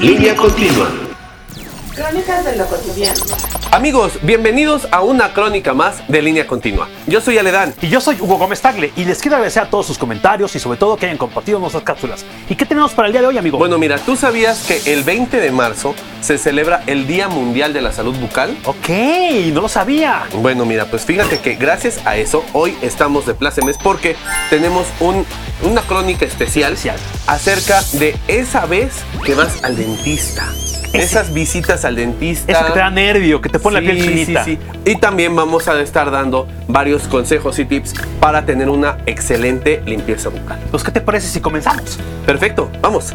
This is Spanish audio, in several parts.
Línea continua. Crónicas de lo cotidiano. Amigos, bienvenidos a una crónica más de Línea Continua. Yo soy Aledán. Y yo soy Hugo Gómez Tagle y les quiero agradecer a todos sus comentarios y sobre todo que hayan compartido nuestras cápsulas. ¿Y qué tenemos para el día de hoy, amigo? Bueno, mira, ¿tú sabías que el 20 de marzo se celebra el Día Mundial de la Salud Bucal? Ok, no lo sabía. Bueno, mira, pues fíjate que gracias a eso hoy estamos de plácemes porque tenemos un, una crónica especial Especial. acerca de esa vez que vas al dentista. Esas visitas al dentista. Eso que te da nervio, que te pone la piel Sí, chinita. sí, sí. Y también vamos a estar dando varios consejos y tips para tener una excelente limpieza bucal. Pues, ¿qué te parece si comenzamos? Perfecto, vamos.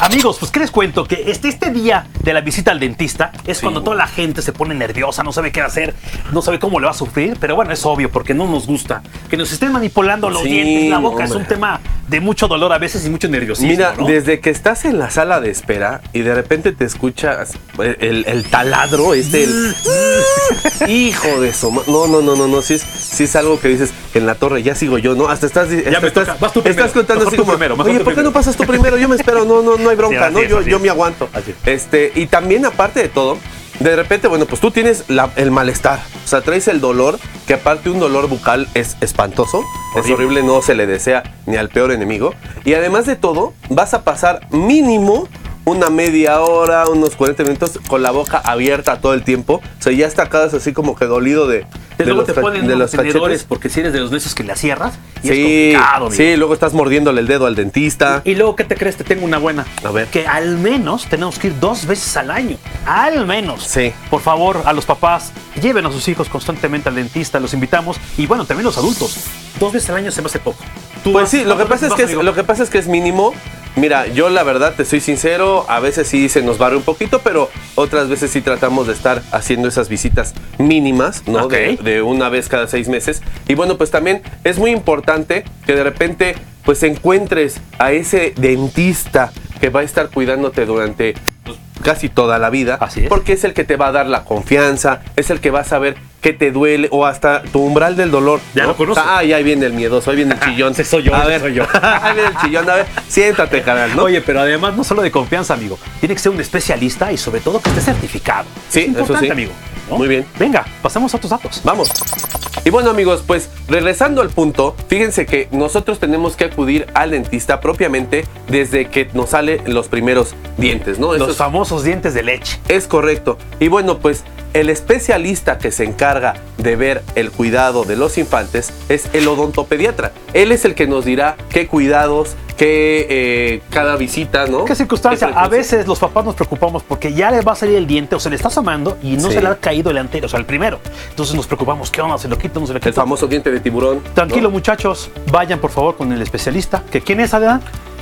Amigos, pues qué les cuento que este, este día de la visita al dentista es cuando toda la gente se pone nerviosa, no sabe qué hacer, no sabe cómo le va a sufrir, pero bueno, es obvio porque no nos gusta. Que nos estén manipulando los Sí, dientes, la boca, es hombre. un tema de mucho dolor a veces y mucho nerviosismo. Mira, ¿no? desde que estás en la sala de espera y de repente te escuchas el, el- el taladro, este, el hijo de su ma- No, no, no, no, no, si es, sí es algo que dices en la torre, ya sigo yo, ¿no? Hasta estás, hasta me estás, toca, vas tú estás primero, contando mejor así tú como, primero, mejor oye, tú ¿por qué primero". no pasas tú primero? Yo me espero, no, no, no hay bronca, Sí, así ¿no? es, yo así yo es. me aguanto. Así es. Este, y también aparte de todo, de repente, bueno, pues tú tienes la- el malestar, o sea, traes el dolor, que aparte un dolor bucal es espantoso, es Horrible. horrible, no se le desea ni al peor enemigo. Y además de todo, vas a pasar mínimo una media hora, unos 40 minutos con la boca abierta todo el tiempo. O sea, ya está cada vez así como que dolido de, De luego te ca- ponen de los tenedores cachetes. porque si eres de los necios que la cierras Sí, y es complicado, amigo. sí, luego estás mordiéndole el dedo al dentista. Y luego, ¿qué te crees? Te tengo una buena. A ver. Que al menos tenemos que ir dos veces al año. Al menos. Sí. Por favor, a los papás, lleven a sus hijos constantemente al dentista, los invitamos. Y bueno, también los adultos. Dos veces al año se me hace poco. Tú Pues vas- sí, lo que, ¿cuántas pasa veces es que vas, es, amigo? lo que pasa es que es mínimo. Mira, yo la verdad te soy sincero, a veces sí se nos barre un poquito, pero otras veces sí tratamos de estar haciendo esas visitas mínimas, ¿no? Ok. De- de una vez cada seis meses. Y bueno, pues también es muy importante que de repente pues encuentres a ese dentista que va a estar cuidándote durante pues, casi toda la vida. Así es. Porque es el que te va a dar la confianza, es el que va a saber qué te duele o hasta tu umbral del dolor. Ya ¿no? lo conoces. Ah, ya ahí viene el miedoso, ahí viene el chillón. Ese soy yo, a ese ver, soy yo. ahí viene el chillón, a ver, siéntate, canal, ¿no? Oye, pero además no solo de confianza, amigo. Tiene que ser un especialista y sobre todo que esté certificado. Sí, es eso importante, sí. amigo. ¿no? Muy bien. Venga, pasemos a otros datos. Vamos. Y bueno amigos, pues regresando al punto, fíjense que nosotros tenemos que acudir al dentista propiamente desde que nos salen los primeros dientes, ¿no? Eso Los es- famosos dientes de leche. Es correcto. Y bueno, pues el especialista que se encarga de ver el cuidado de los infantes es el odontopediatra. Él es el que nos dirá qué cuidados, qué eh, cada visita, ¿no? ¿Qué circunstancia? Qué A frecuencia. veces los papás nos preocupamos porque ya le va a salir el diente o se le está asomando y no Sí. se le ha caído el anterior, o sea, el primero. Entonces nos preocupamos, ¿qué onda? ¿Se lo quito? ¿No se lo quito? El famoso diente de tiburón. ¿no? Tranquilo, muchachos, vayan por favor con el especialista. ¿Que ¿Quién es, Adán?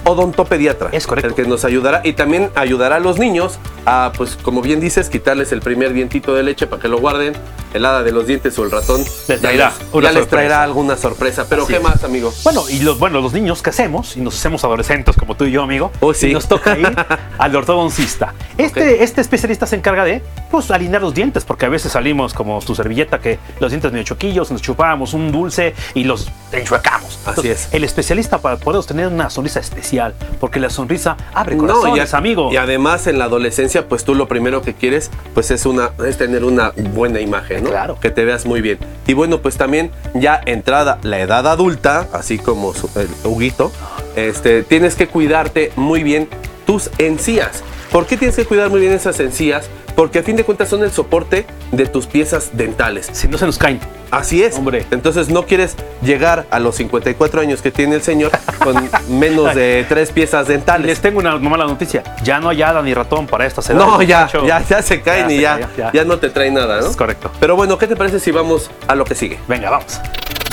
odontopediatra. Es correcto. El que nos ayudará y también ayudará a los niños a, pues, como bien dices, quitarles el primer dientito de leche para que lo guarden. El hada de los dientes o el ratón Les ya traerá les- una ya les sorpresa. traerá alguna sorpresa. Pero Así ¿qué es. más, amigo? Bueno, y los, bueno, los niños, ¿qué hacemos? Y nos hacemos adolescentes como tú y yo, amigo. Oh, sí. Y nos toca ir al ortodoncista. Este, Ok. este especialista se encarga de, pues, alinear los dientes, porque a veces salimos como tu servilleta, que los dientes medio choquillos, nos chupamos un dulce y los enchuecamos. Así es. El especialista para poder obtener una sonrisa especial, porque la sonrisa abre y corazones, a- amigo. Y además en la adolescencia, pues tú lo primero que quieres, pues es una, es tener una buena imagen, ¿no? Claro. Que te veas muy bien. Y bueno, pues también ya entrada la edad adulta, así como su- el Huguito, este, tienes que cuidarte muy bien tus encías. ¿Por qué tienes que cuidar muy bien esas encías? Porque a fin de cuentas son el soporte de tus piezas dentales. Si no se nos caen. Así es. Hombre. Entonces no quieres llegar a los 54 años que tiene el señor con menos de tres piezas dentales. Les tengo una mala noticia. Ya no hay hada ni ratón para estas edades. No, ya, muchacho. ya, ya se caen Ya y se ya, cayó, ya. ya no te trae nada, ¿no? Es correcto. Pero bueno, ¿qué te parece si vamos a lo que sigue? Venga, vamos.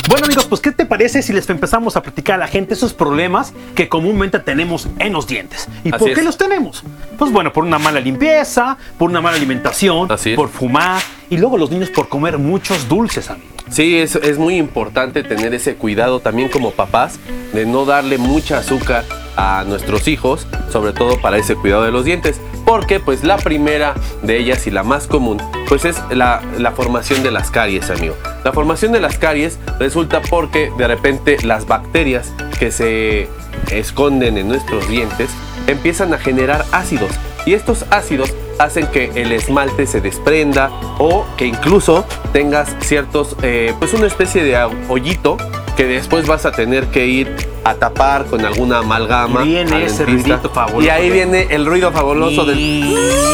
Bueno amigos, pues ¿qué te parece si les empezamos a platicar a la gente esos problemas que comúnmente tenemos en los dientes? ¿Y Así por qué es. los tenemos? Pues bueno, por una mala limpieza, por una mala alimentación, Así es. por fumar y luego los niños por comer muchos dulces, amigos. Sí, es, es muy importante tener ese cuidado también como papás de no darle mucha azúcar a nuestros hijos, sobre todo para ese cuidado de los dientes, porque pues la primera de ellas y la más común, pues es la, la formación de las caries, amigo. La formación de las caries resulta porque de repente las bacterias que se esconden en nuestros dientes empiezan a generar ácidos y estos ácidos hacen que el esmalte se desprenda o que incluso tengas ciertos, eh, pues una especie de au- hoyito que después vas a tener que ir a tapar con alguna amalgama. Y viene al ese dentista. ruidito fabuloso. Y ahí viene el ruido fabuloso del, Y-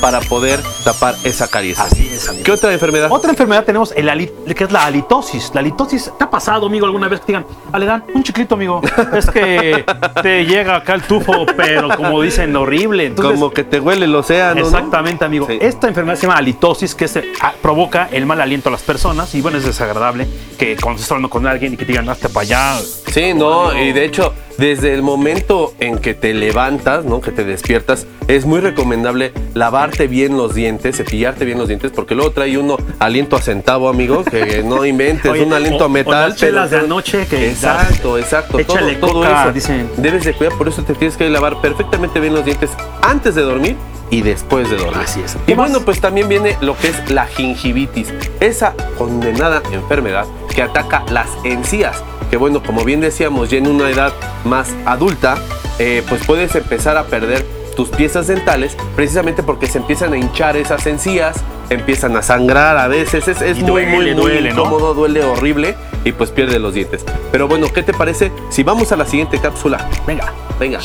para poder tapar esa caries. Así es, amigo. ¿Qué otra enfermedad? Otra enfermedad tenemos el ali- que es la halitosis. La halitosis, ¿te ha pasado, amigo, alguna vez que te digan, Aledán, un chiclito, amigo? Es que te llega acá el tufo, pero como dicen, horrible. Entonces, Como que te huele el océano. ¿no? Exactamente, amigo. Sí. Esta enfermedad se llama halitosis, que se, ah, provoca el mal aliento a las personas. Y bueno, es desagradable que cuando estés hablando con alguien y que te digan, hazte para allá. Sí, no, y de hecho, desde el momento en que te levantas, ¿no? Que te despiertas, es muy recomendable lavarte bien los dientes, cepillarte bien los dientes, porque luego trae uno aliento a centavo, amigo, que no inventes, Oye, un aliento o- a metal. o las chelas de anoche que- Exacto, exacto. Échale todo, todo coca, eso. dicen. Debes de cuidar, por eso te tienes que lavar perfectamente bien los dientes antes de dormir y después de dormir. Así es. Y ¿Qué más? bueno, pues también viene lo que es la gingivitis, esa condenada enfermedad que ataca las encías, que bueno, como bien decíamos, ya en una edad más adulta, eh, pues puedes empezar a perder tus piezas dentales precisamente porque se empiezan a hinchar esas encías, empiezan a sangrar a veces, es, es Y muy, muy, duele, muy duele, ¿no? incómodo, duele horrible y pues pierde los dientes. Pero bueno, ¿qué te parece si vamos a la siguiente cápsula? Venga. Venga.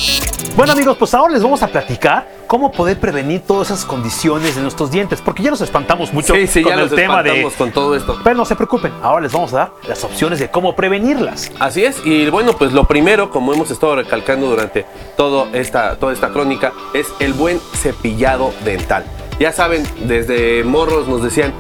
Bueno amigos, pues ahora les vamos a platicar cómo poder prevenir todas esas condiciones de nuestros dientes, porque ya nos espantamos mucho Sí, sí, con ya el nos tema de... espantamos con todo esto. Pero no se preocupen, ahora les vamos a dar las opciones de cómo prevenirlas. Así es, y bueno, pues lo primero, como hemos estado recalcando durante todo esta, toda esta crónica, es el buen cepillado dental. Ya saben, desde morros nos decían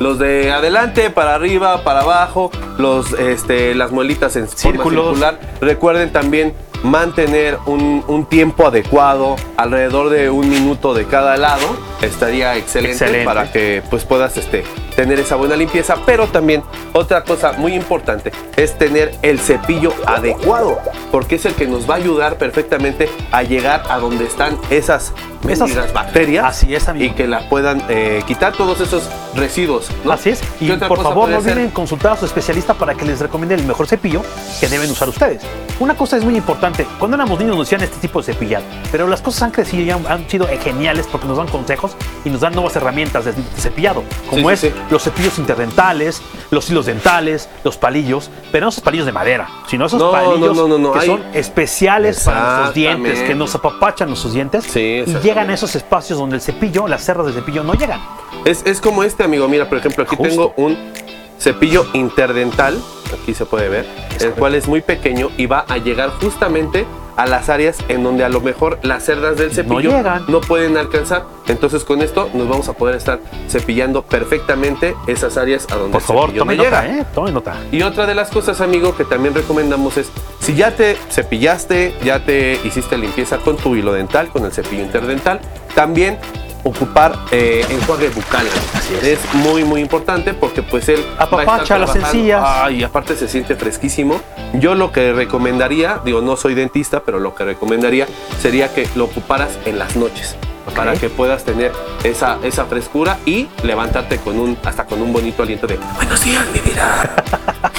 los de adelante, para arriba, para abajo, los, este, las muelitas en forma Círculos. circular. Recuerden también mantener un, un tiempo adecuado, alrededor de un minuto de cada lado, estaría excelente, Excelente. para que pues puedas este, tener esa buena limpieza, pero también otra cosa muy importante es tener el cepillo adecuado, porque es el que nos va a ayudar perfectamente a llegar a donde están esas, Esas- mendigas bacterias Así es, amigo. y que las puedan eh, quitar todos esos residuos. ¿no? Así es, y ¿Qué otra por cosa favor puede no ser? olviden consultar a su especialista para que les recomiende el mejor cepillo que deben usar ustedes. Una cosa es muy importante, cuando éramos niños nos decían este tipo de cepillado, pero las cosas han crecido y han, han sido eh, geniales porque nos dan consejos y nos dan nuevas herramientas de, de cepillado, como sí, es sí. los cepillos interdentales, los hilos dentales, los palillos, pero no esos palillos de madera, sino esos No, palillos no, no, no, no, que hay- son especiales para nuestros dientes, Exactamente. que nos apapachan nuestros dientes Sí, y exactamente. llegan a esos espacios donde el cepillo, las cerdas del cepillo no llegan. Es, es como este, amigo. Mira, por ejemplo, aquí Justo. tengo un cepillo interdental. Aquí se puede ver. el correcto. cual es muy pequeño y va a llegar justamente a las áreas en donde a lo mejor las cerdas del cepillo llegan. pueden alcanzar. Entonces, con esto nos vamos a poder estar cepillando perfectamente esas áreas a donde Por el favor, cepillo no tomen llega. nota, ¿eh? Tomen nota. Y otra de las cosas, amigo, que también recomendamos es, si ya te cepillaste, ya te hiciste limpieza con tu hilo dental, con el cepillo interdental, también ocupar eh, enjuague bucal. es. es. muy, muy importante porque pues él... va a estar Apapacha las trabajando. encías. Ay, aparte se siente fresquísimo. Yo lo que recomendaría, digo, no soy dentista, pero lo que recomendaría sería que lo ocuparas en las noches. Para que puedas tener esa, esa frescura y levantarte con un, hasta con un bonito aliento de buenos días, mi vida.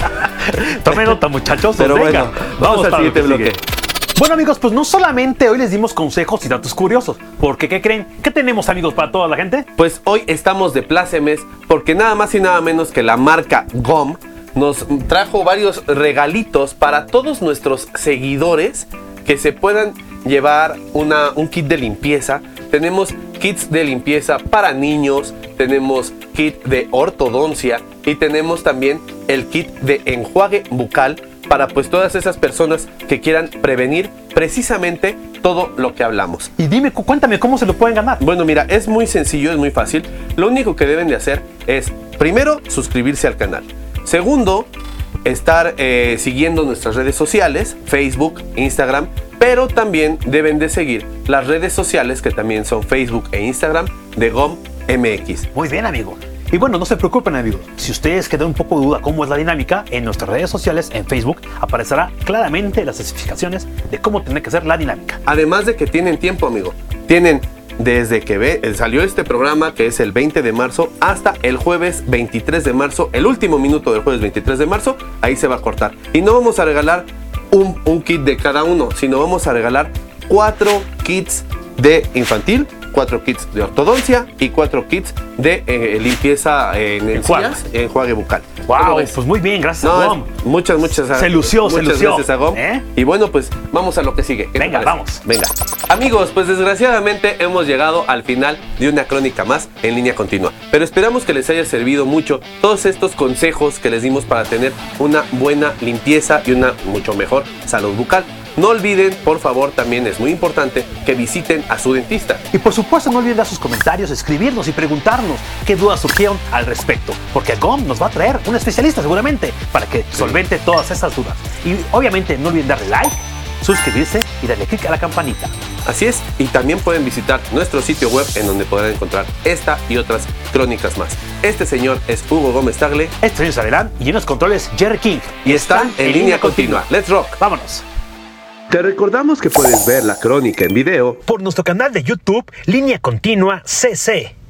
Tomen nota, muchachos. Pero venga, bueno, vamos al para lo que siguiente bloque. sigue. Bueno, amigos, pues no solamente hoy les dimos consejos y datos curiosos, porque ¿qué creen? ¿Qué tenemos, amigos, para toda la gente? Pues hoy estamos de plácemes porque nada más y nada menos que la marca GOM nos trajo varios regalitos para todos nuestros seguidores que se puedan llevar una, un kit de limpieza. Tenemos kits de limpieza para niños, tenemos kit de ortodoncia y tenemos también el kit de enjuague bucal para pues todas esas personas que quieran prevenir precisamente todo lo que hablamos. Y dime, cu- cuéntame, ¿cómo se lo pueden ganar? Bueno, mira, es muy sencillo, es muy fácil. Lo único que deben de hacer es, primero, suscribirse al canal. Segundo, estar eh, siguiendo nuestras redes sociales, Facebook, Instagram, pero también deben de seguir las redes sociales que también son Facebook e Instagram de GOM MX. Muy bien, amigo. Y bueno, no se preocupen, amigos. Si ustedes quedan un poco de duda cómo es la dinámica, en nuestras redes sociales, en Facebook, aparecerá claramente las especificaciones de cómo tiene que ser la dinámica. Además de que tienen tiempo, amigo. Tienen desde que ve- eh, salió este programa, que es el 20 de marzo, hasta el jueves 23 de marzo, el último minuto del jueves 23 de marzo, ahí se va a cortar. Y no vamos a regalar un, un kit de cada uno, sino vamos a regalar cuatro kits de infantil, 4 kits de ortodoncia y 4 kits de eh, limpieza en Enjuague. encías, enjuague bucal. ¿Cómo Wow, ves? pues muy bien, gracias No, a es- Gom. muchas, muchas Se lució, se muchas lució. gracias a Gom. ¿Eh? Y bueno, pues vamos a lo que sigue. ¿Qué te Venga, parece? vamos. Venga. Amigos, pues desgraciadamente hemos llegado al final de una crónica más en línea continua. Pero esperamos que les haya servido mucho todos estos consejos que les dimos para tener una buena limpieza y una mucho mejor salud bucal. No olviden, por favor, también es muy importante que visiten a su dentista. Y por supuesto no olviden dar sus comentarios, escribirnos y preguntarnos qué dudas surgieron al respecto, porque GOM nos va a traer un especialista seguramente para que solvente todas esas dudas. Y obviamente no olviden darle like, suscribirse y darle clic a la campanita. Así es, y también pueden visitar nuestro sitio web en donde podrán encontrar esta y otras crónicas más. Este señor es Hugo Gómez Tagle Este es Adelán y en los controles Jerry King. y están en línea continua. Let's rock. Vámonos. Te recordamos que puedes ver la crónica en video Por nuestro canal de YouTube, Línea Continua CC.